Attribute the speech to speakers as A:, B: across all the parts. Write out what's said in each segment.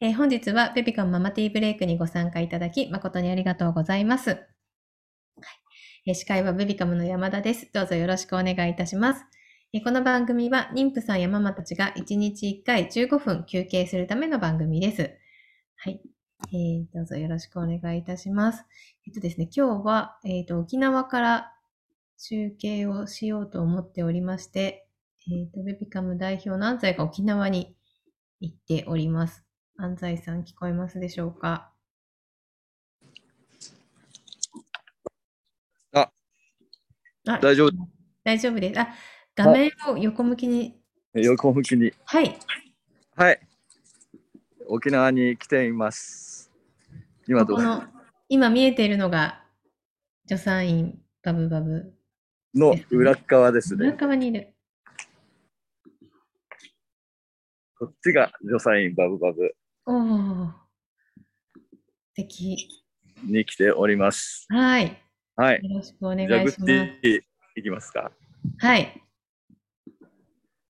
A: えー本日はペピカンママティーブレイクにご参加いただき誠にありがとうございます。はいえー司会はベビカムの山田です。どうぞよろしくお願いいたします。えーこの番組は妊婦さんやママたちが1日1回15分休憩するための番組です。はい。えーどうぞよろしくお願いいたします。えっとですね、今日は、えっと沖縄から中継をしようと思っておりまして、えっとベビカム代表の安西が沖縄に行っております。安西さん聞こえますでしょうか
B: あ、
A: あ
B: 大丈夫
A: 大丈夫です。あ、画面を横向きに。
B: 横向きに。
A: はい。
B: はい。沖縄に来ています。今
A: こ
B: どう
A: この今見えているのが助産院バブバブ。
B: の裏側です
A: 裏
B: ね。
A: 側にいる。
B: こっちが助産院バブバブ
A: おお。素敵。
B: に来ております。
A: はい。
B: はい。
A: よろしくお願い
B: じゃあグ
A: し
B: ッ
A: ま
B: テ
A: す。
B: ィいきますか。
A: はい。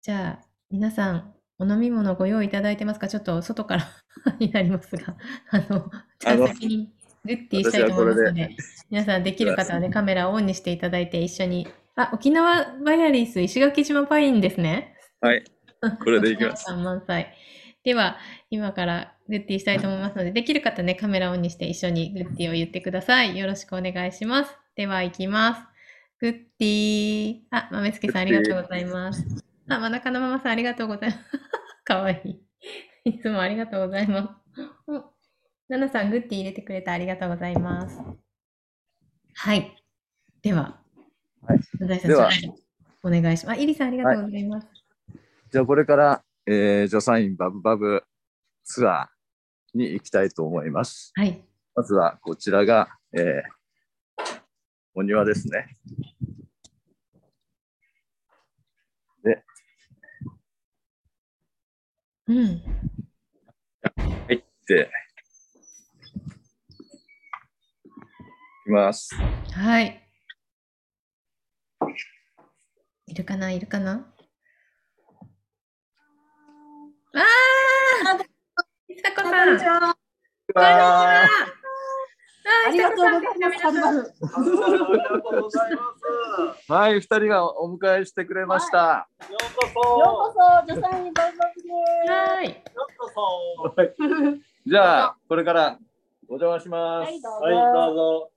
A: じゃあ、皆さん、お飲み物ご用意いただいてますかちょっと外から になりますが、あの、じゃあ
B: あの
A: 先にグッティしたいと思いますので、皆さんできる方はね、カメラをオンにしていただいて一緒に。あ、沖縄ワイヤリース石垣島パインですね。
B: はい。これでいきます
A: 沖縄感満載。では、今からグッティしたいと思いますので、できる方ね、カメラオンにして一緒にグッティを言ってください。よろしくお願いします。では、いきます。グッティー。あ、豆助さん、あり
B: グ
A: が
B: ッティー
A: とうございます。あ、真中のママさん、ありがとうございます。かわいい。いつもありがとうございます。うんナナさん、グッティー入れてくれてありがとうございます。はい。では、
B: はい
A: 野田井さん、
B: では
A: ちょっとお願いします。あ、イリさん、ありがとうございます。
B: じゃあこれから、えー、助産院バブバブツアーに行きたいと思います。
A: はい。
B: まずはこちらが、えーお庭ですね。
A: うん。
B: で、いきます。
A: はい。いるかないるかなああいさこ
C: こ
A: さんこんにちは
C: は。
A: あ
C: あ
A: ー
C: りがとうござい
A: 久
C: ます。
A: 子さんですよ皆さん
D: ありがとうございま
B: はい、二人がお迎えしてくれました。
D: す。ようこそ。
C: よ
D: よ
C: うこそ、助産院バンバン
A: はーいう
D: こそ。
C: です。
B: じゃあ、これからお邪魔します。
C: はい、どうぞ。
D: はい、どうぞ。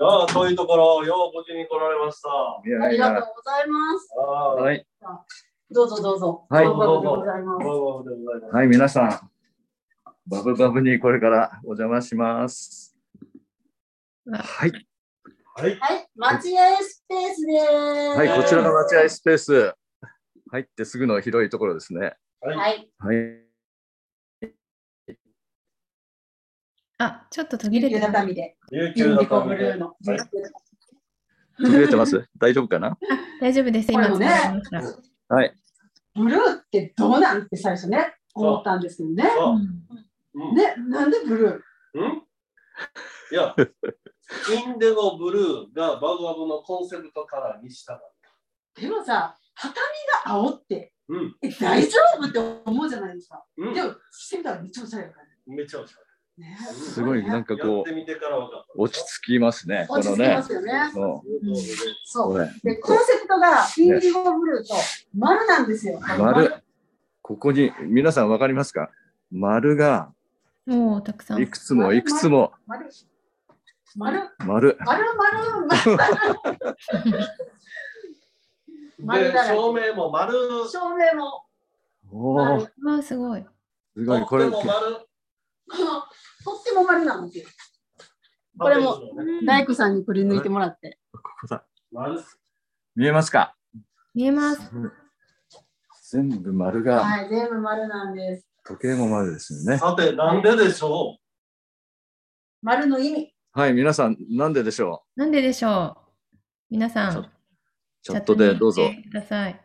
D: いやあ、遠いところ、ようこちに来られました。
B: いや
C: あり
B: い
C: がと
B: や
C: うございます。
D: あ。
B: はいい、
C: どうぞどうぞ。
B: はい
C: バンバンでございます。
D: どうもでございます。
B: はい、皆さん。バブバブにこれからお邪魔します。
A: わ
B: はい、
D: はい。
C: はい、待合スペースです。
B: は、
C: はい
B: こちらが待合スペース。入ってすぐの広いところですね。
D: はい。
C: はい、
B: はい。
A: あちょっと途切れ
C: 琉
A: て
C: 球
A: たあ
C: 畳で。
D: 琉
C: ユ
D: 球だ
C: ンディ
D: った
C: コ
D: ん
C: ブ
D: で
C: ルーの。
D: はい
B: 途切れて ます。大丈夫かな。
A: 大丈夫です
C: これ
A: 今
C: もね
A: 繋がりました
B: はい。
C: ブルーってどうなんて最初ね、思ったんですけどね。
D: そうう。
A: ん
D: うん。
C: ね、なんでブルー
D: うんいや、インデゴブルーがバグアブのコンセプトカラーにしたかった。
C: でもさ、畳が青って、
D: うん。
C: え、大丈夫って思うじゃないですか。
D: う
C: で
D: ん。
C: も、してみたらめっちゃおしゃれだから
D: めっちゃおしゃ
C: ね。
B: すごい、
C: ね
B: なんか
D: れ。やっ
B: こ
D: てみてから分かった。
B: う。落ち着きますね。こ
C: 落ち
B: の
C: 着きま
B: ね。
C: すよね。
B: う
A: う
B: ん
A: ん
C: そう。
B: これ。
C: で、コンセプトがインディゴブルーと丸なんですよ。
B: 丸。ここに皆さんわかりますか丸が
A: もうたくさん
B: いくつもいくつも
C: 丸。丸、
B: 丸
C: 丸、丸、丸、丸
D: で
C: だらけ
D: 照明も丸、
C: 照明も、
B: お
C: 丸
B: お
C: こ
A: わあすごい
B: すごいこ
D: 取
B: れ
D: っ手も丸、
C: の、とっても丸なんですよ。これも大工さんにくり抜いてもらって。
B: ここだ
D: 丸、
B: 見えますか
A: 見えます
B: 全部丸が
C: はい、全部丸なんです。
B: 時計も丸ですよね
D: さて、なんででしょ
C: 丸の意味。
B: はい皆さんなんででしょ
A: なんででしょう皆さ
B: ちょ
A: ん
B: うチャットでどう
A: チャ
B: ぞ
A: ットに言ってください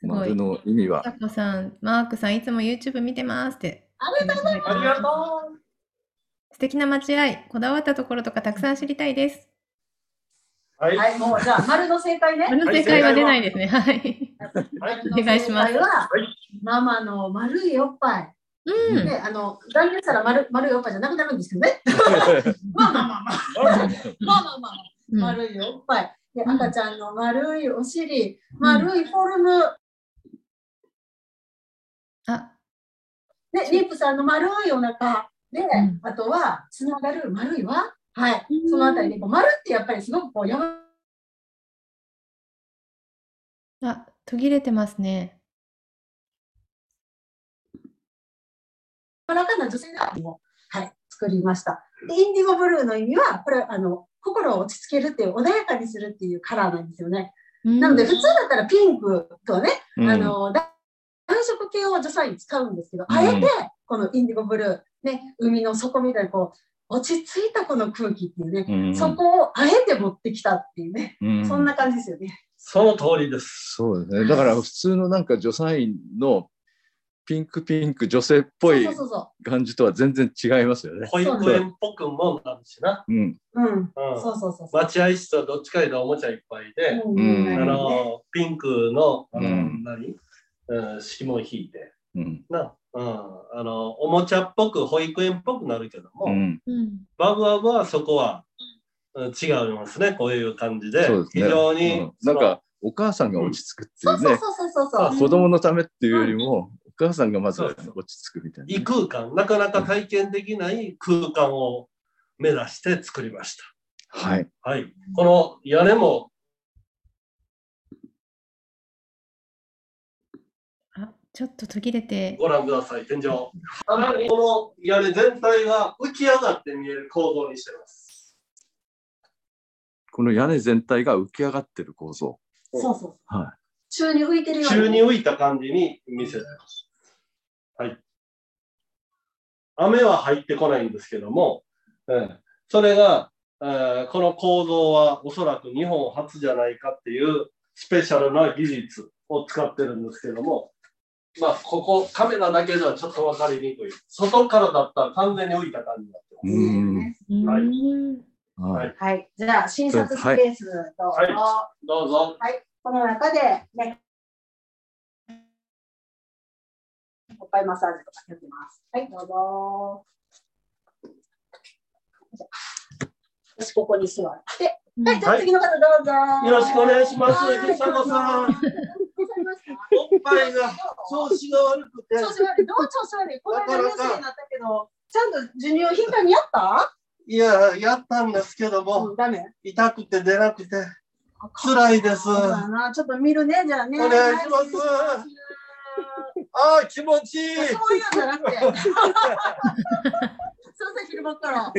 A: すごい
B: 丸の意味は
A: タコさん、マークさん、いつも YouTube 見てますって。
C: ありがとうございま
D: うありがと
A: 素敵な待合、こだわったところとかたくさん知りたいです。
D: はい。
E: はい、もうじゃあ、丸の正解ね。
A: 丸の正解は出ないですね。はい。
D: はい。
A: お願いします
E: 丸の正解は
D: はい
E: ママの丸いおっぱい。
A: う
E: ね、
A: ん。
E: あの、断言したら丸丸いおっぱいじゃなくなるんですけ どね。まあまあまあまあ、まあまあまあ、
A: うん
E: 丸いおっぱい。で、
A: うん
E: 赤ちゃんの丸いお尻、丸いフォルム。
A: あ、
E: で、妊婦さんの丸いお腹で、
A: ん
E: あとはつながる丸い輪、はい
A: うん、
E: そのあたりでこう丸ってやっぱりすごくこうやわ
A: あ、途切れてますね。
E: らかな女性のアイテムを、はい、作りました。で、インディゴブルーの意味は、これあの心を落ち着けるっていう穏やかにするっていうカラーなんですよね。
A: な
E: なので普通だったらピンクとはね、
B: うん
E: あのだ暖色系を女性に使うんですけど、
B: うん
E: あえてこのインディゴブルー、ね、海の底みたいにこう落ち着いたこの空気っていうね、
B: うん
E: そこをあえて持ってきたっていうね、
B: うん
E: そんな感じですよね。
D: その通りです。
B: そうですね。だから普通のなんか助産院のピンクピンク女性っぽい
E: そうそうそうそう
B: 感じとは全然違いますよね。
D: 保育園っぽくもなるしな。
B: うん。
E: うん、
D: うん
E: そうそうそうそう。
D: 待合室はどっちかいうとおもちゃいっぱいで、
E: うん
B: うん
D: あ
E: なるほどね
D: の、ピンクの、あの、
B: うん
D: 何うん、紐を引いて、
B: うん。
D: な、うん、あの、おもちゃっぽく、保育園っぽくなるけども、
B: うん。
A: うん。
D: バグアブはそこは、うん、違いますね、こういう感じで、
B: そうです
D: 非
B: ね。
D: 常に、
B: うんなんかお母さんが落ち着くって
E: そ
B: いうう
E: そう
B: ね。
E: そうそうそう。
B: 子供のためっていうよりも、お母さんがまず
D: そう
B: 落
D: そう
B: ち着くみたいな
D: 異。空間、なかなか体験できない空間を目指して作りまし
B: はい。
D: た。はい。この屋根も、
A: あ、ちょっと途切れて。
D: ご覧ください、天井。この屋根全体が浮き上がって見える構造にしてます。
B: この屋根全体が浮き上がってる構造。
E: そうそう。
B: は
E: 宙に浮いてるよう
D: 宙に浮いた感じに見せてます。はい。雨は入ってこないんですけども、えーそれが、えーこの構造はおそらく日本初じゃないかっていうスペシャルな技術を使ってるんですけども、まあ、ここカメラだけではちょっと分かりにくい。外からだったら完全に浮いた感じになってま
B: う
D: す。
B: ん。
A: うん
D: はい
B: は
D: はいい。
E: はい。じゃあ、診察スペースどうぞ。
D: はいどうぞ。
E: この中で、ね、おっぱいマッサージとかやってます。はい、どうぞ。よしここに座って。はい、じゃあ次の方どうぞ。
D: よろしくお願いします
E: はい。
D: 藤迫さん。お
E: ど
D: っ
E: うされました
D: ぱいが調子が悪くて、
E: 調子悪い、どう調子悪い、この間ニュースになったけど、ちゃんと授乳頻繁にやった
D: いや、やったんですけども、
E: うん、ダメ。
D: 痛くて出なくて、辛いです。
E: そう
D: あ
E: だな、ちょっと見るね、じゃあね。
D: お願いします
E: は
D: あ、気持ちいい。
E: いそういうんじゃなくて。すいません、昼間から。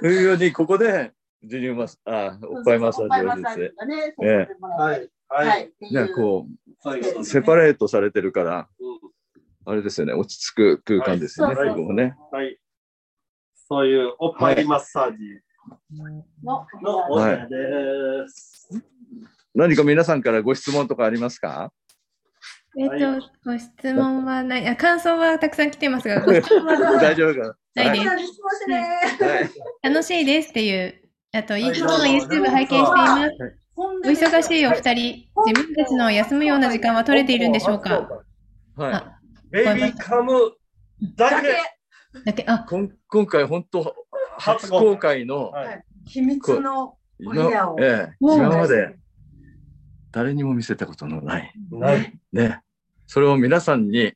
B: というように、ここで、授乳マッサあおっぱいマッサージを
E: おっぱいマッサ
B: 受
E: ー
B: け
E: ジとかね。
B: ええ
D: は
E: はいい。。
D: はい。
E: って
B: て。
E: い
B: じゃあ、こ
D: そういうこと
B: う、
D: です
B: セパレートされてるから、
D: うん
B: あれですよね、落ち着く空間ですよね、
D: はい
B: ここもね。
D: はい。そういうおっぱいマッサージ
E: の
D: のお部屋です。
B: 何か皆さんからご質問とかありますか
A: えっと、ご質問はない。あ、感想はたくさん来てます が、ご質問はな
B: 大丈夫かな
A: ない
B: は
A: で
B: い
A: す。
E: 質問してね。
B: はい。
A: 楽しいですっていう、あと、
D: い
A: いつも YouTube 拝見しています。お忙しいお二人、自分たちの休むような時間は取れているんでしょうか
B: はい
A: あ
D: ベイビーカムだ
E: だ
D: け
E: け。
A: だけ、あ、
B: こん今回、本当、初公開の、
D: はい
E: 秘密の。
B: 今
E: お部屋を
B: ええ
A: うん
B: 今まで誰にも見せたことのない、
D: ない。
B: ね、それを皆さんに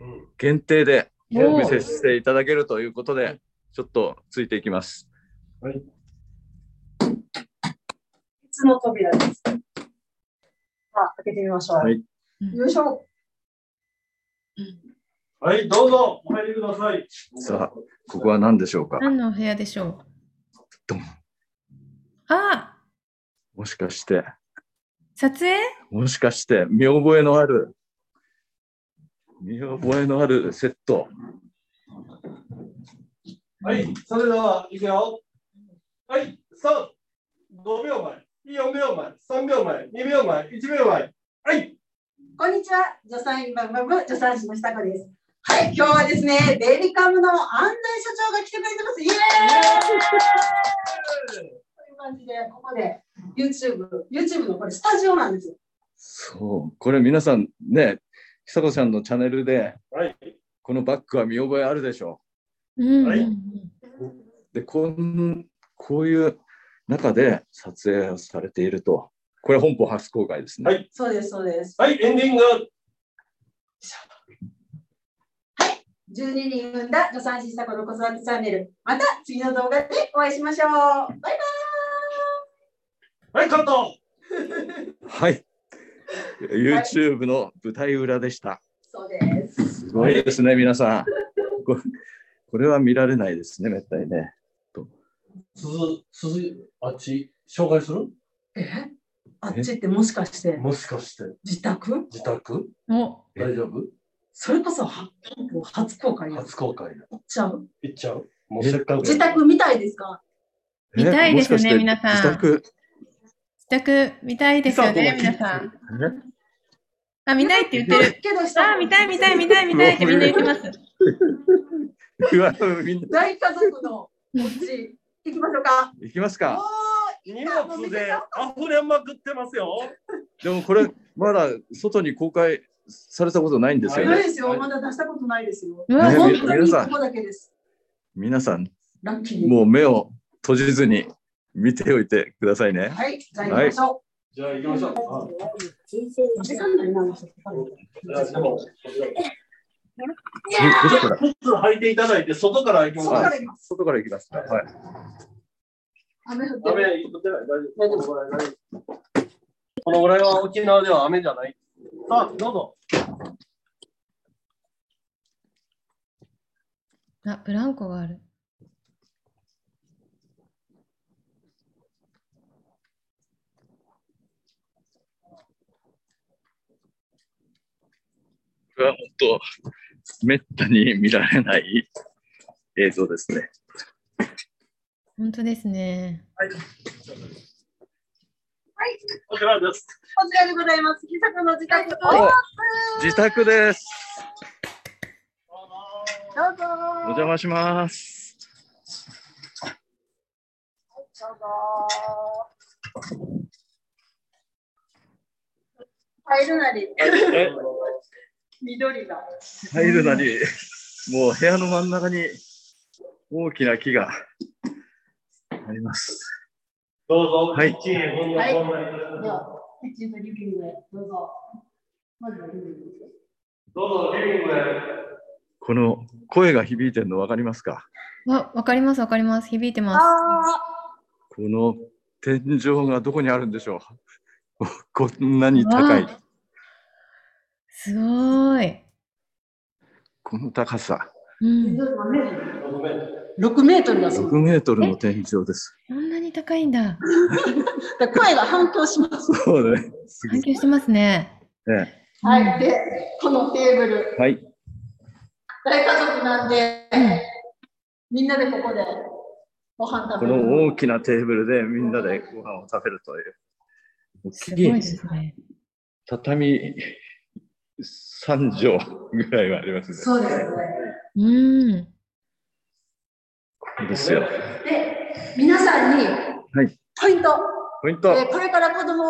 D: うん
B: 限定で
A: お
B: お
A: ー
B: 見せしていただけるということで、ちょっとついていきます。
D: はい
E: 秘密の扉です。さあ、開けてみましょう。
B: はい
E: よいしょ。
D: はい、どうぞ、お入りください。
B: さここは何でしょうか
A: 何のお部屋でしょう
B: ドン
A: あ、
B: もしかして、
A: 撮影
B: もしかして、見覚えのある、見覚えのあるセット。
D: はい、それでは、いくよ。はい、三、五秒前、四秒前、三秒前、二秒前、一秒前。はい。
E: こんにちは、助産院バンバンブ助産師の久子です。
C: はい、今日はですね、デリカムの安内社長が来てくれてます。イエーイという感じで、ここで YouTube、YouTube のこれスタジオなんですよ。
B: そう、これ皆さんね、久子さんのチャンネルで、
D: はい。
B: このバッグは見覚えあるでしょ
A: うん
D: はい
B: う。で、こんこういう中で撮影をされていると、これ本邦初公開ですね。
D: はい
C: そうです、そうです。
D: はい、エンディング。
C: 12人産んだ助産師さこの子育てチャンネル。また次の動画でお会いしましょう。バイバイ
D: はい、カット。
B: はい。YouTube の舞台裏でした。
C: そうです。
B: すごいですね、皆さん。ここれは見られないですね、めったにね。
D: 鈴、鈴、あっち、紹介する
C: えあっちってもしかして
D: もしかして、
C: 自宅
D: 自宅
A: お
B: え
D: 大丈夫
C: それこそは初公開やっ
D: 初公開だ。
C: ちゃう
D: 行っちゃうもうせっかく。
C: 自宅みたいですか
A: 見たいですね
B: えもしかして
A: 皆さん
B: 自宅
A: 自宅見たいですよね、
D: 久
A: 皆
D: 子が
A: さ
D: 聞いて
A: ん。
D: る。
A: あ、見たいって言ってる。
C: けどした
A: あー、見たい、見たい、見たい、見たいってみんな言ってます。
B: うわみんな
C: 大家族のお家行きましょうか。
B: 行きます
C: お
B: か。
C: ー
D: 荷物で溢れまくってますよ。
B: でもこれ、まだ外に公開されたことないんですよ
C: ない
B: ね。
C: ですよ。
D: はい
C: まだ出したことないですよ。
A: うわ、
B: ね
A: 本
C: 本
A: 当
C: 当
B: 皆
C: に
B: さん
C: ここだけです。
B: 皆さん、
C: ラッキー。
B: もう目を閉じずに見ておいてくださいね。
C: はい、じゃあ行きましょ
D: じゃあ行きましょう。あ
C: う。時間ないなもう
D: じゃあでも、こちら
C: いや
B: ど
C: ー
B: どっから
D: 靴履いていただいて、外から行きまし
C: そ
D: ょ
C: こ
D: う
C: から行きます。
B: 外から行きますか。はい。
C: 雨降って
D: 雨
C: る。
D: 降ってない、大丈夫。このぐらい大丈夫このぐらいは沖縄では雨じゃない。さあ、どうぞ。
A: あ、ブランコがある。
B: これは本当、めったに見られない映像ですね。
A: 本当ですね。
D: こちらです。
C: こちらでございます。自作の自宅
B: お
C: を
B: 自宅です。
C: どうぞ
B: お邪魔します。
C: どうぞ入るなり
B: え
C: 緑が
B: 入るなり、もう部屋の真ん中に大きな木があります。
D: どうぞ。
B: はい
D: キッチンへご案内いただきます
C: ではキッチンとリビングへどうぞまずはリビングです
D: どうぞ、リビングへ。
B: この声が響いてるの分かりますか
A: わ、わかります、わかります。響いてます。
C: あ
B: この天井がどこにあるんでしょう こんなに高い
A: わ。あすごーい。
B: この高さ。
A: うん。
C: ー
D: ごめん。
C: 6メートルだそう
B: 6メートルの天井です。
A: こんなに高いんだ。
C: だから声が反響します
B: そうね。すご
A: 反
B: い
A: 響してますね。
B: ね
C: はいでこのテーブル
B: はい。
C: 大家族なんでみんなでここでご飯
B: こ
C: 食べる
B: の大きなテーブルでみんなでご飯を食べるという。
A: すごいですね。
B: 畳3畳ぐらいはありますね。
C: そうですね
A: うん。
B: ここですよ。
C: で皆さんにポイント、
B: ポイン
C: え
B: ト。
C: ーこれから子供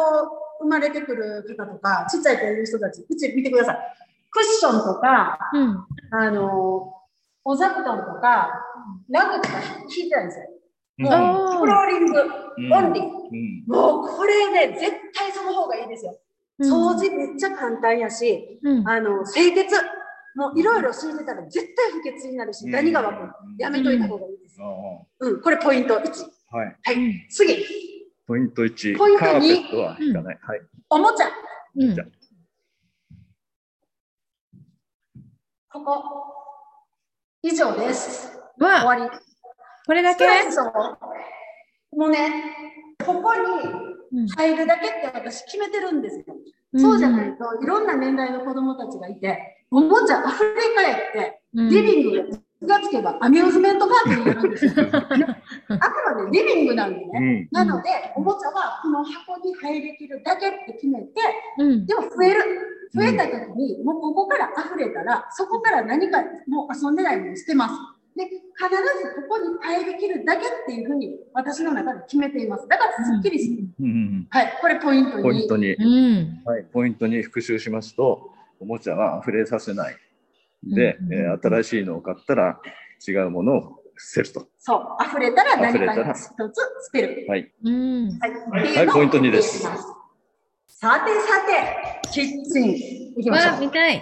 C: 生まれてくる方とかちっちゃい子いる人たちうち見てくださいクッションとか
A: うん。
C: あのーお座布団とかラグとか引いてないんですよ
B: うん
A: あ
C: フローリング、
B: うん
C: オンリー
B: うん
C: もうこれね絶対その方がいいですよ、掃除めっちゃ簡単やし
A: うん。
C: あの清潔もういろいろ敷いてたら絶対不潔になるし、ダニが湧くやめといた方がいいです
B: あ、あ
C: うん、これポイント1
B: はい。
C: はい次
B: ポイント1。
C: ポイント
B: カ
C: 二
B: ーペットは引かない。はい。
C: おもちゃ
A: うん
B: じゃあ
C: ここ。以上です。終
A: わあ、
C: わり。
A: これだけ
C: 少ないでしょもうね、ここ
A: うん
C: に入るだけって私決めてるんですよ。そうじゃない
A: ん。
C: といろんな年代の子供たちがいて、おもちゃあふれ返って、
A: うん
C: リビングがつけばアミューズメントパークにな るんですよ。あくまでリビングなんで
B: う
C: ね。
B: ん。
C: なので、おもちゃはこの箱に入りきるだけって決めて、
A: うん。
C: でも増える。増えた時に、もうここから溢れたら、そこから何かもう遊んでないものを捨てます。で、必ずここに耐えできるだけっていうふうに私の中で決めています。だからすっきりする。
B: うん
C: はい、これポイント
B: うんポイン
C: に
B: トに、
A: うん。
B: はい、ポイントに復習しますと、おもちゃは溢れさせない。で、
A: うん
B: えー新しいのを買ったら違うものを捨てると。
C: そう、溢れたら何
B: 溢れ
C: か
B: たら
C: 一つ捨てる。
B: はい。
A: うん。
C: はい
B: はいポイント2です。
C: ってうのをさてさて、キッチン行きましょ
A: わ、
C: う。
A: 見たい。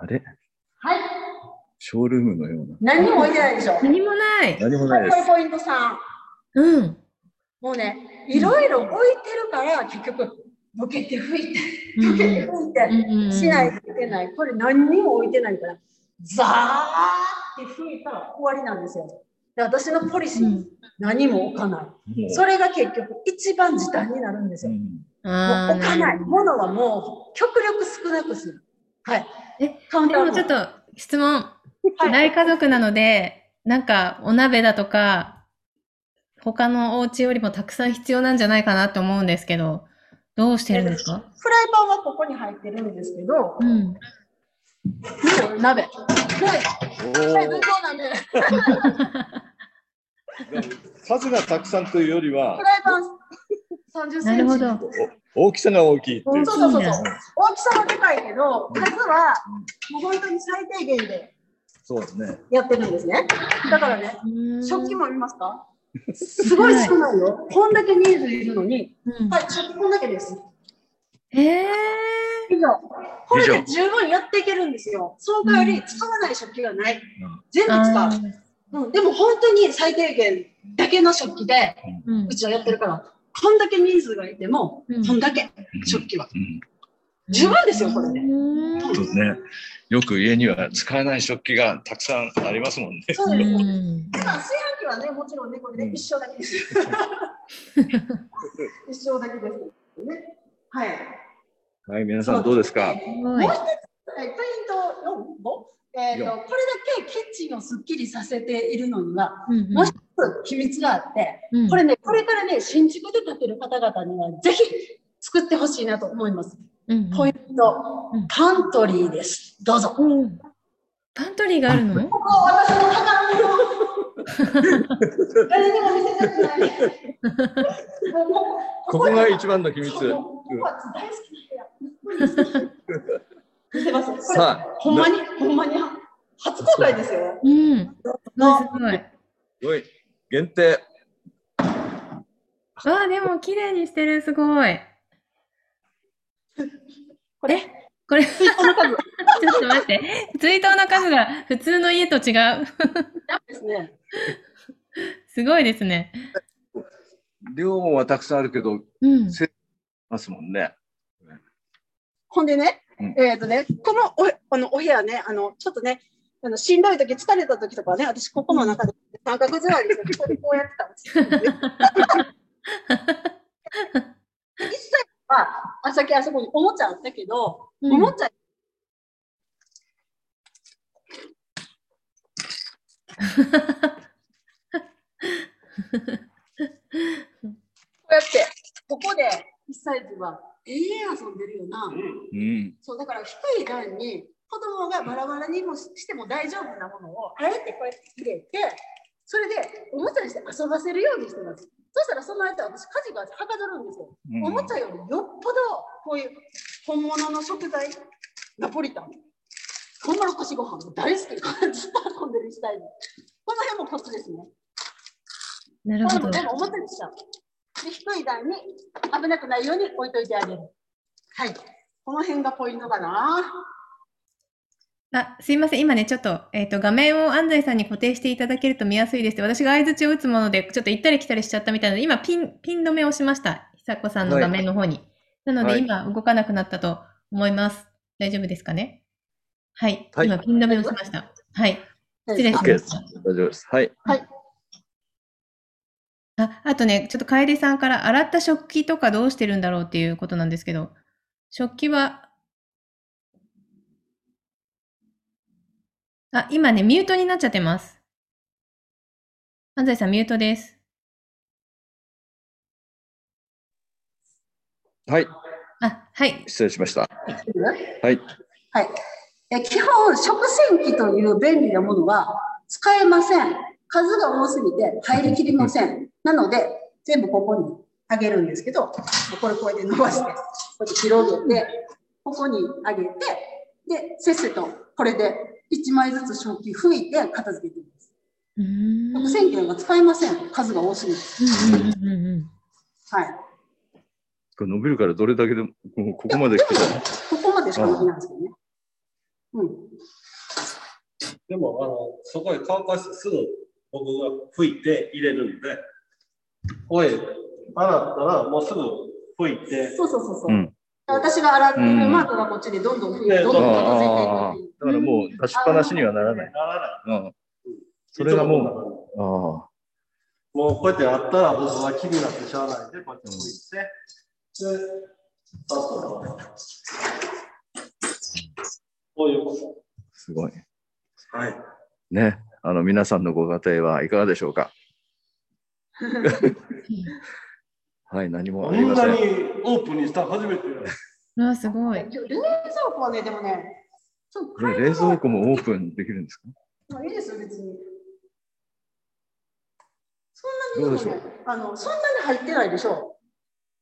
B: あれ
C: はい。
B: ショールームのような。
C: 何も置いてないでしょ。はい
A: 何もない。
B: 何も
C: こ
B: ない
C: れ
B: です。
C: ポイント3。
A: うん。
C: もうね、いろいろ置いてるから、結局、のけて吹いて、のけて吹いて、しないといけない。これ何にも置いてないから、ザーって吹いたら終わりなんですよ。で私のポリシー、
A: うん
C: 何も置かない。
B: もう
C: それが結局、一番時短になるんです
B: う
C: よ。も
B: ん
A: あ
C: う
A: ー
C: 置かない。
A: るほど
C: ものはもう、極力少なくする。はい。
A: え
C: カウンタ
A: で
C: ー
A: もちょっと質問。
C: はい
A: 大家族なので、なんかお鍋だとか、他のお家よりもたくさん必要なんじゃないかなと思うんですけど、どうしてるんですか
C: フライパンはここに入ってるんですけど、
A: うん。
C: 見ろ鍋。はい。
B: お
C: はい、
B: ー
C: 分量なんで。
B: 数がたくさんというよりは
C: フ、ライパン30センチ。
A: なるほど。
B: お大きさが大きいっていう。
C: そうそうそうそう
A: 大きい
C: 大きさはでかいけど、
B: うん
C: 数はもう本当に最低限で
B: そうですね。
C: やってるんですね。だからね、食器
A: も。
C: も見ますかすごい少ないよ。こんだけ人数いるのに。
A: うん
C: はい、食器こんだけです。
A: え
C: 以上。これ
B: 以
C: で
B: 上
C: 十分やっていけるんですよ。その代わり使わない食器がない。全
A: ー。
C: 部使
A: あー
C: う。うん、でも本当に最低限だけの食器で、
A: うん
C: うちはやってるから、こんだけ人数がいても、
A: うん
C: こんだけ食器は。十分ですよ、これで。
A: うん
B: そうですね。よく家には使えない食器がたくさんありますもんね。
C: そうです。
A: うん
C: まあ、炊飯器はね、もちろんね、これね、
B: うん
C: 一生だけです。一生だけですけどね。はい。
B: はい、皆さんどうですか。
A: す
C: も
A: ご
C: う
A: い
C: 一つ、えポイント四五。えっ、と、
B: 四
C: これだけキッチンをすっきりさせているのには、
A: うん
C: もし秘密があって、
A: うん
C: これね、これからね、新宿で建てる方々には、ぜひ作ってほしいなと思います。
A: うん
C: ポイント、
A: うん
C: パントリーです。どうぞ。
A: うんパントリーがあるの
C: ここは私の宝物。誰にも見せたくない。もうもう
B: ここが一番の秘密。
C: そうもうここは大好きな部屋。見せます。これ
B: さあ
C: ほんまにほんまに初公開ですよ。
A: うん。
C: の
A: すごい。
B: おい、限定。
A: わあ、でも綺麗にしてる、すごい。
C: これ
A: えこ れ、ちょ
C: この数
A: っと待って。追悼の数が普通の家と違う。
C: ですね。
A: すごいですね。
B: 量はたくさんあるけど、
A: うん。
B: ますもんね。
C: ほんでね、
B: うん
C: えっ、とね、このおあのお部屋ね、あのちょっとね、あのしんどい時疲れた時とかはね、私ここの中で三角座りでここでこうやってたんですよ。一切はあさっきあそこにおもちゃあったけど、おも ちゃこうやってここで1歳児は永遠遊んでるよな。
B: うん。
C: そうだから低い段に子供がバラバラにもししても大丈夫なものをあえてこうやって入れてそれでおもちゃにして遊ばせるようにしてます。そしたらその間私家事がはかどるんですよ。おもちゃよりよっぽどこういう本物の食材ナポリタントウモロコシご飯も大好きこれずっと運んでる時代にこの辺もこっちですね。
A: なる
C: これ
A: ほ
C: も
A: ど。
C: 全部おもちゃにしちゃう。で低い段に危なくないように置いといてあげる。はい。この辺がポイントかな。
A: あ、すいません。今ね、ちょっと、えっ、と、画面を安西さんに固定していただけると見やすいですって。私が相槌を打つもので、ちょっと行ったり来たりしちゃったみたいなので、今、ピン、ピン止めをしました。久子さんの画面の方に。なの
B: は
A: で、
B: い
A: 今、動かなくなったと思います。大丈夫ですかねはい。
B: はい
A: 今、ピン止めをしました。はい。失礼しま
B: OK で
A: し
B: す
A: た。。
B: 大丈夫です。はい。
A: あ、あとね、ちょっと楓さんから洗った食器とかどうしてるんだろうっていうことなんですけど、食器は、あ、今ね、ミュートになっちゃってます。安西さん、ミュートです。
B: はい、
A: あ、はい。
B: 失礼しました。
C: はい
B: い。
C: はい。え基本、食洗機という便利なものは使えません。数が多すぎて入りきりません。なので、全部ここにあげるんですけど、これこうやって伸ばして、こうやって広げて、ここにあげて、で、せっせとこれで1枚ずつ食器拭いて片付けています。
A: うーん。
C: 食洗機が使えません。数が多すぎて。
A: うんうんうんうん
C: はい。
B: これ伸びるからどれだけでも、もうここまで来てたら
C: ここまでしかできないんですけどね。うん。
D: でも、あの、そこへ乾かしてすぐ僕が拭いて入れるんで、おい、洗ったらもうすぐ拭いて、
C: そうそうそうそう。
B: うん
C: 私が洗ってるマークがこっちでどんどん増え
D: う
C: て、
D: ん
C: どんどん増えていくっていう。
B: だからもう出しっぱなしにはならない。
D: なら
B: うん、
D: ない。
B: それがもう
D: いつこんな感じ
B: ああ、
D: もうこうやってやったら僕は気になってしゃあないんで、こうやって拭いて、で、あとは、こういうこ
B: すごい。
D: と。はい。
B: ね、あの皆さんのご家庭はいかがでしょうか。はい、何も
D: こ
B: あり
D: ん
B: ませ。
D: なんにオープンにしたの初めて。
A: うん。あ、すごい。
C: 冷蔵庫はね、でもね、ちょっと
B: これ冷蔵庫もオープンできるんですか。
C: まあいいですよ、別に。そんな
B: どう
C: に、
B: でしょう
C: あの、そんなに入ってないでしょ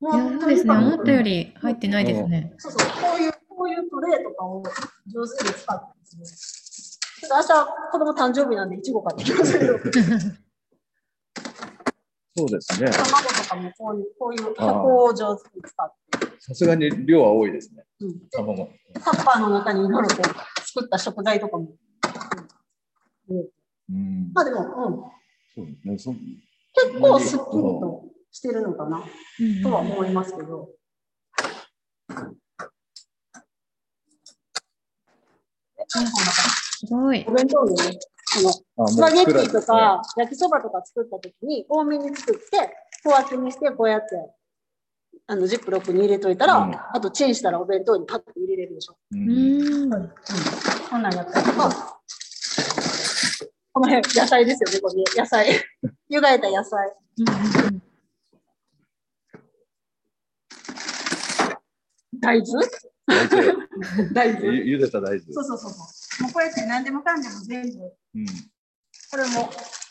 C: う。
A: いや、そうですね。
C: も
A: 思ったより入ってないですね。
C: そうそう、こういう、こういうトレイとかを上手に使ってですね。ちょっと明日、子供誕生日なんで、いちご買ってきますけど、
B: そうですね。
C: 卵とかもこういう、こういう箱を上手に使って。
B: さすがに量は多いですね。
C: うん
B: 卵。
C: タッパーの中にいろいろこう作った食材とかも。
B: うん
C: ま。あでも、
B: そうですね。そ
C: うん、結構すっきりとしてるのかな
A: うん
C: とは思いますけど。えこんな感
A: すごい
C: じお。弁当にね、あの
B: あ、もう
C: スパゲッテ
B: 作られ
C: ィ
B: てる
C: とか焼きそばとか作った時に多めに作って小分けにしてこうやってあのジップロックに入れといたら、
B: うん
C: あとチンしたらお弁当にパッと入れれるでしょ。
B: う。
A: うんん。
C: こんなんやったりとか。この辺、野菜ですよね、これ。野 菜。湯がいた野菜。大豆
B: 大豆
C: 大豆。
B: ゆゆでた大豆
C: そ。うそうそうそう。もうこうやって何でもかんでも全部、
B: うん。
C: これも、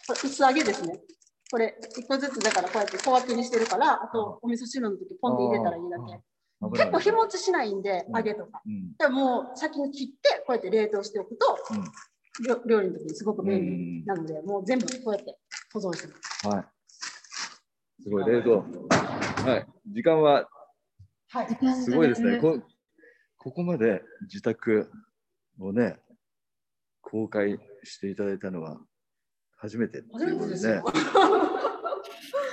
C: これ薄揚げですね。これ、一個ずつだからこうやって小分けにしてるから、あとお味噌汁の時ポンって入れたらいいだ
B: あーあ
C: け。
B: 油
C: 結
B: 揚
C: 構
B: げ
C: 日持ちしないんで、揚げとか。
B: うん。
C: でもう先に切って、こうやって冷凍しておくと、
B: うん
C: 料料理の時にすごく
B: うんうん
C: 便
B: うん
C: 利なので、もう全部こうやって保存してます。
B: はい。すごい冷蔵。はい。時間は
C: はい。
B: すごいですね。こここまで自宅をね、公開していただいたのは初めてって
C: 初
B: い
C: め
B: う
C: て
B: ことで
C: ですよ
B: ね。。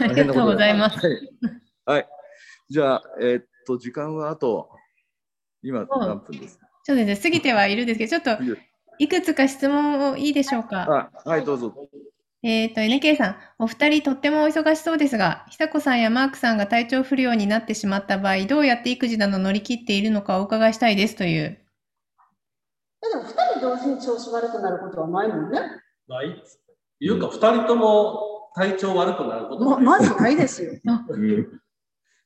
A: ありがとうございます。
B: はい。はいじゃあ、えーっと、時間はあと、今何分ですか
A: そうですね。過ぎてはいるんですけど、ちょっといくつか質問をいいでしょうか。
B: あはい、どうぞ。
A: えっ、と、NK さん、お二人とってもお忙しそうですが、久子さんやマークさんが体調不良になってしまった場合、どうやって育児など乗り切っているのかお伺いしたいですという。
C: でも2人同時に調子悪くなることはないもんね。
D: ないっつっていうか、二人とも体調悪くなること
C: ま
D: ない
C: まずないですよ。
B: うん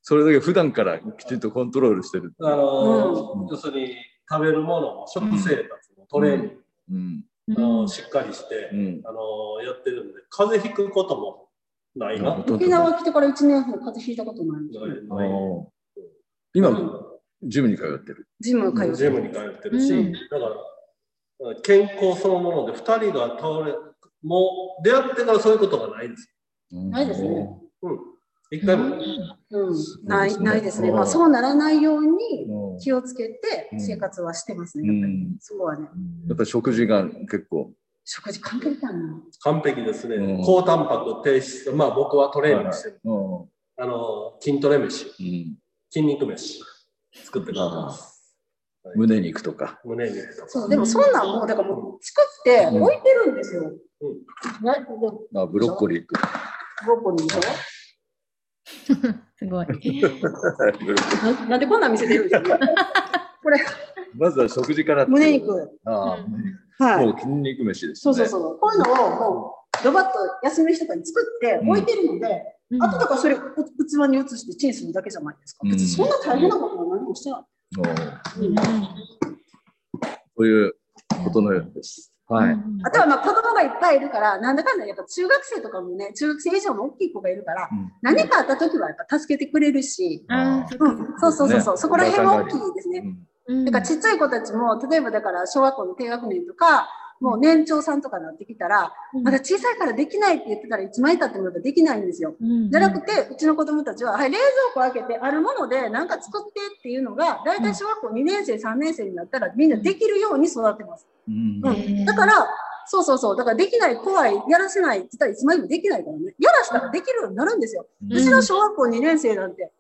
B: それだけ普段からきちんとコントロールしてる。
D: あの、
B: うん
D: 要するに食べるものも食生活もトレーニング
B: うん。
D: もしっかりして、
B: うん。
D: あのやってるんで、風邪ひくこともないな。
B: ほとんど
C: 沖縄来てから1年半風邪ひいたことないんで
B: あ
D: ないない
B: ー今
C: うん、
B: ジムに通ってる。
C: ジム通って
D: ジムに通ってるし、
A: うん
D: だから健康そのもので、二人が倒れ、もう出会ってからそういうことがないんです
C: ないですね。
D: よ。うん。一回も。
C: うん、
B: な
C: ない
B: です
C: い
B: ね
C: ないですね。
B: うん
C: まあそうならないように
B: うん
C: 気をつけて
B: うん
C: 生活はしてます
B: う
C: ね。やっぱり
B: ん
C: そこはね、
B: やっぱり食事が結構
C: 食事関係ないな。
D: 完璧ですね。
B: うん
D: 高タンパク低脂質、まあ僕はトレーニングしてる。
B: うん
D: あの筋トレ飯、
B: うん
D: 筋肉飯作ってます。
B: 胸肉とか。
D: 胸肉とか。
C: そう、でもそんなんもう、だからもう作って
B: うん
C: 置いてるんですよ。
D: う
C: なでも
B: あブロッコリーと か。
C: ブロッコリーでしょ
A: す ごい。
C: ななんでこんなん見せてるんで すかこれ、
B: まずは食事からっていう
C: 胸。肉。
B: ああ
C: はい。
B: もう筋肉飯です、ね。
C: そうそうそう。こういうのをもう、ドバッと休みの日とかに作って置いてるので、
A: うん
C: あとだからそれ、う器に移してチンするだけじゃないですか。別にそんな大変なことは何もしてない。
B: おー
C: うん
B: ということのようです。はい。
C: あとはまあ子供がいっぱいいるから、なんだかんだやっぱ中学生とかもね、中学生以上の大きい子がいるから、
B: うん
C: 何かあった時はやっぱ助けてくれるし、
A: あーそっか
C: うん、そうそうそうそう、
B: ね
C: そこら辺は大きいです
B: う
C: ね。
B: ん
A: うん
C: だからちっちゃい子たちも、例えばだから小学校の低学年とか、もう年長さんとかになってきたら、まだ小さいからできないって言ってたらいつまでたってもやっぱできないんですよ。
A: うん
C: じゃなくて、うちの子供たちは、はい、冷蔵庫開けて、あるもので何か作ってっていうのが、大体小学校2年生、3年生になったらみんなできるように育ってます。
B: うん
C: うんだから、そうそうそう、だからできない、怖い、やらせないって言ったらいつまでもできないからね、やらしたらできるようになるんですよ。
B: うん
C: うちの小学校2年生なんて、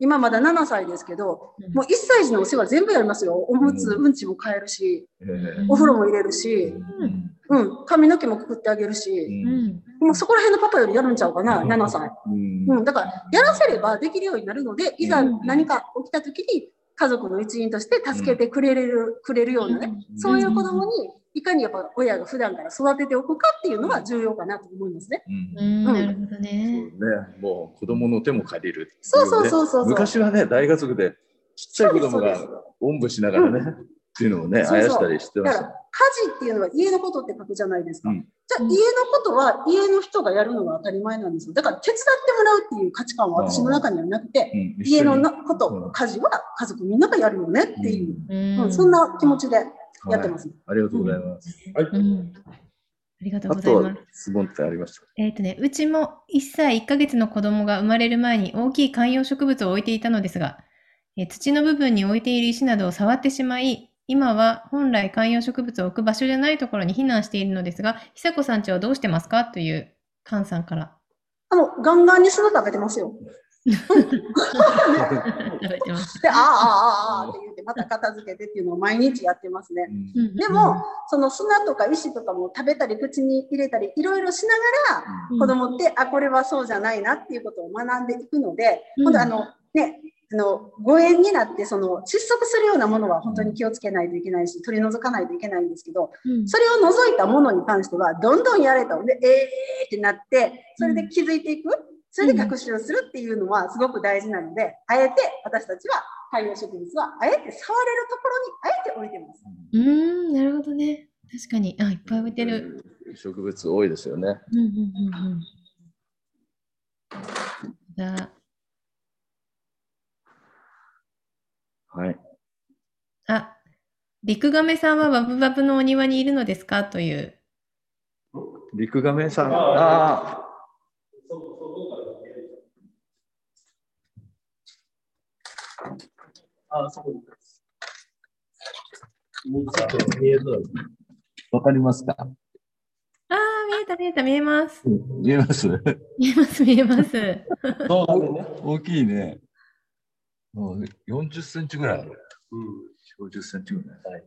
C: 今まだ7歳ですけど、もう1歳児のお世話全部やりますよ。おむつ、
B: う
C: うんちも変えるし、
B: えー
C: お風呂も入れるし、
B: うん
C: うん、髪の毛もくくってあげる
B: う
C: し、
B: ん
C: もうそこら辺のパパよりやるんちゃうかな、
B: うん
C: 7歳。
B: うん
C: うん、だから、やらせればできるようになるので、いざ
B: うん
C: 何か起きた時に、家族の一員として助けてくれる、くれるようなね、そういう子供にいかにやっぱ親が普段から育てておくかっていうのは重要かなと思いますね。
B: う
A: う
B: んそ
A: んなるほどね。
B: うね、もう子供の手も借りるっていね。
C: そうそうそうそうそう。
B: 昔はね、大家族でちっちゃい子供
C: そうですそ
B: がおんぶしながらね、っていうのをね、
C: そ
B: あ
C: うそう
B: やしたりしてま
C: だ
B: し
C: から
B: た。
C: 家事っていうのは家のことって書くじゃないですか。
B: うん
C: じゃあ家のことは家の人がやるのが当たり前なんですよ。だから手伝ってもらうっていう価値観は私の中にはなくて、
B: うん一緒
C: 家の
B: に
C: なこ
B: うん
C: と、家事は家族みんながやるよねっていう、
B: ん。
C: うん
A: う
C: そんな気持ちでやってますすね。
B: はいありがとうございます。
A: うんありがとう
B: あ
A: ござい
B: と
A: ます。
B: 質問ってありました。
A: えっ、とね、うちも1歳1ヶ月の子供が生まれる前に大きい観葉植物を置いていたのですが、えー土の部分に置いている石などを触ってしまい、今は本来観葉植物を置く場所じゃないところに避難しているのですが、久子さんちはどうしてますかという菅さんから。
C: あの、ガンガンに砂食べてますよ。
A: 食べてます。
C: で、ああ、ああ、ああって言って、また片付けてっていうのを毎日やってますね。
B: うん
C: でも、その砂とか石とかも食べたり口に入れたりいろいろしながら
A: うん、
C: 子供って、あこれはそうじゃないなっていうことを学んでいくので、
A: うん
C: 本当あのねあの誤嚥になってその窒息するようなものは本当に気をつけないといけないし取り除かないといけないんですけど
A: うん
C: それを除いたものに関してはどんどんやれとでええー、ってなってそれで気づいていくそれで学習するっていうのはすごく大事なので、あえて私たちは観葉植物はあえて触れるところにあえて置いてます。
A: うーん、なるほどね。確かに。あ、いっぱい置いてる。
B: 植物多いですよね。
A: うんうんうんうん。じゃあ
B: はい。
A: あ、リクガメさんはバブバブのお庭にいるのですかという。
B: リクガメさん。
D: あ
B: ああ。
D: あ、そうです。もうちょっと見えづらい。
B: わかりますか
A: ああ、見えた見えた見えます。
B: 見えます
A: 見えます見えます。
D: 動画でね。
B: 大きいね。もう40センチぐらいある。
D: うん。
B: 50センチぐらい。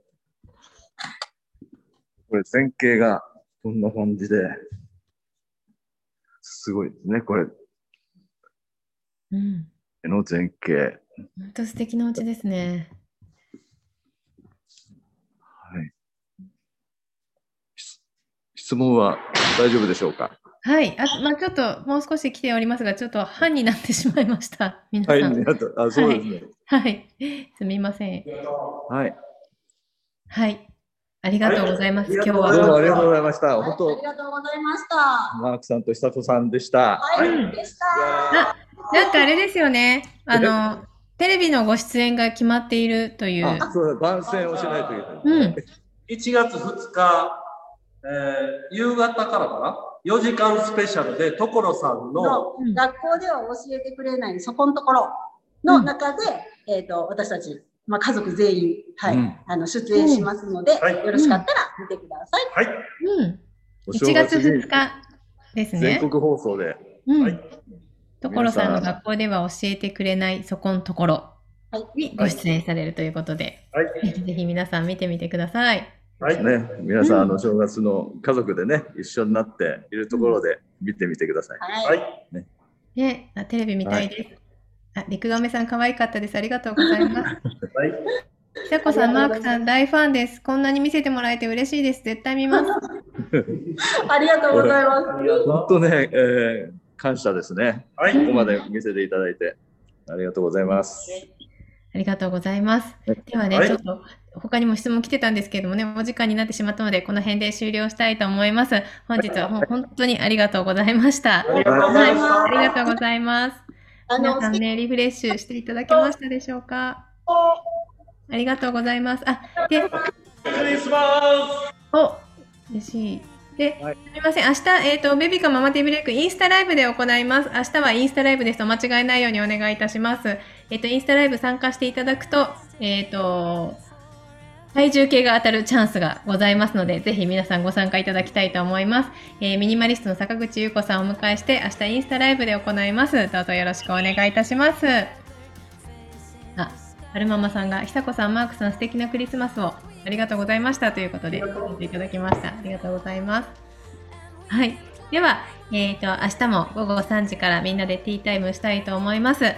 B: これ、線形がこんな感じで、すごいですね。これ、
A: うん。
B: 絵の前景。
A: 本当素敵なお家ですね。
B: はい。し質問は大丈夫でしょうか
A: はい。あ、まあちょっともう少し来ておりますが、ちょっと半になってしまいました。皆さ
B: はい、
A: ん。
B: あとあそうですね。
A: はい。すみません。
B: はい。
A: はい。ありがとうございます。
D: は
A: 今日
D: い
B: ど
D: あり
B: う
D: がと
B: も
A: は。
B: ありがとうございました。
C: はい
B: 本
C: ありがとうございました
B: 当、。マークさんと久子さんでした。
C: はい、でした。
A: なんかあれですよね。あの、テレビのご出演が決まっているという。
B: あ、そうだ、番宣をしないといけない。
A: うん。
D: 1月2日、えー夕方からかな、4時間スペシャルで、所さんの、
C: の学校では教えてくれないそこのところの中で、えっ、と私たちまあ家族全員はい、
B: うん
C: あの出演しますので、
D: はい
C: よろしかったら見てください。
D: はい、
A: うん。
B: お正
A: 1
B: 月
A: 月
B: に
A: 2日ですね。
B: 全国放送で。
A: う
D: は
A: ん
D: い。
A: 所さんの学校では教えてくれないそこのところ
C: はい、
A: にご出演されるということで、
D: は
A: ぜひ皆さん見てみてください。
D: はい、はい、
B: ね、皆さん、
A: うん
B: あの正月の家族でね、一緒になっているところで見てみてください。
C: は、
D: はいい、
A: ね、あテレビ見たいです。あ、陸亀さん可愛かったです。ありがとうございます。久子さん、マークさん、大ファンです。こんなに見せてもらえて嬉しいです。絶対見ます。
C: ありがとうございます。
D: ありがとう。
B: 本当ね、えー感謝ですね。
D: はい
B: ここまで見せていただいて、ありがとうございます。
A: ありがとうございます。ではね、
D: はい
A: ちょっと他にも質問来てたんですけれどもね、お時間になってしまったので、この辺で終了したいと思います。本日はもう本当にありがとうございました。
D: ありがとうございました
A: はありがとうございます。
C: あ
A: 皆
C: の、
A: さんね、リフレッシュしていただけましたでしょうか。ありがとうございます。あ、で、
D: 失礼します
A: お、嬉しい。で、
B: はい
A: すみません。明日、えっ、と、ベビーカママティブレイク、インスタライブで行います。明日はインスタライブですと間違えないようにお願いいたします。えっ、と、インスタライブ参加していただくと、えっ、と、体重計が当たるチャンスがございますので、ぜひ皆さんご参加いただきたいと思います。えーミニマリストの坂口優子さんをお迎えして、明日インスタライブで行います。どうぞよろしくお願いいたします。あ、アルママさんが、久子さん、マークさん、素敵なクリスマスをありがとうございましたということで、教えていただきました。ありがとうございます。はい。では、えっ、と、明日も午後3時からみんなでティータイムしたいと思います。え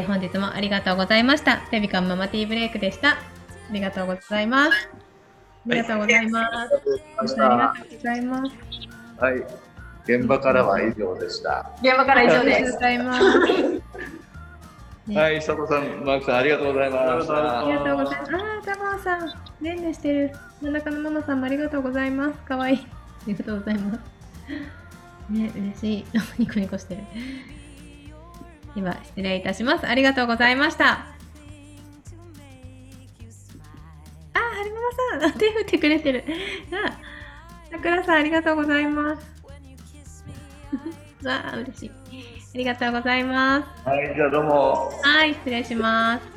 A: ー本日もありがとうございました。ベビカンママティーブレイクでした。ありがとうございます。ありがとうございます。ありがとうございます。
F: はい。現場からは以上でした。
C: 現場から以
A: あ
C: 上
A: りがと
C: で
A: う
C: す
A: ご。ざいます。ね
F: はい、佐藤さん、マークさん、ありがとうございまし
A: あ
F: た。
A: りがとうございます。ああ、ザボンさん、ねんねしてる。真ん中のママさんもありがとうございます。かわいい。ありがとうございます。ね、嬉しい。ニコニコしてる。では、失礼いたします。ありがとうございました。ああ、はるままさん、手振ってくれてる。あー、さくらさん、ありがとうござい ます。わあ、嬉しい。ありがとうございます。
F: はい、じゃあどうも。
A: はい、失礼します。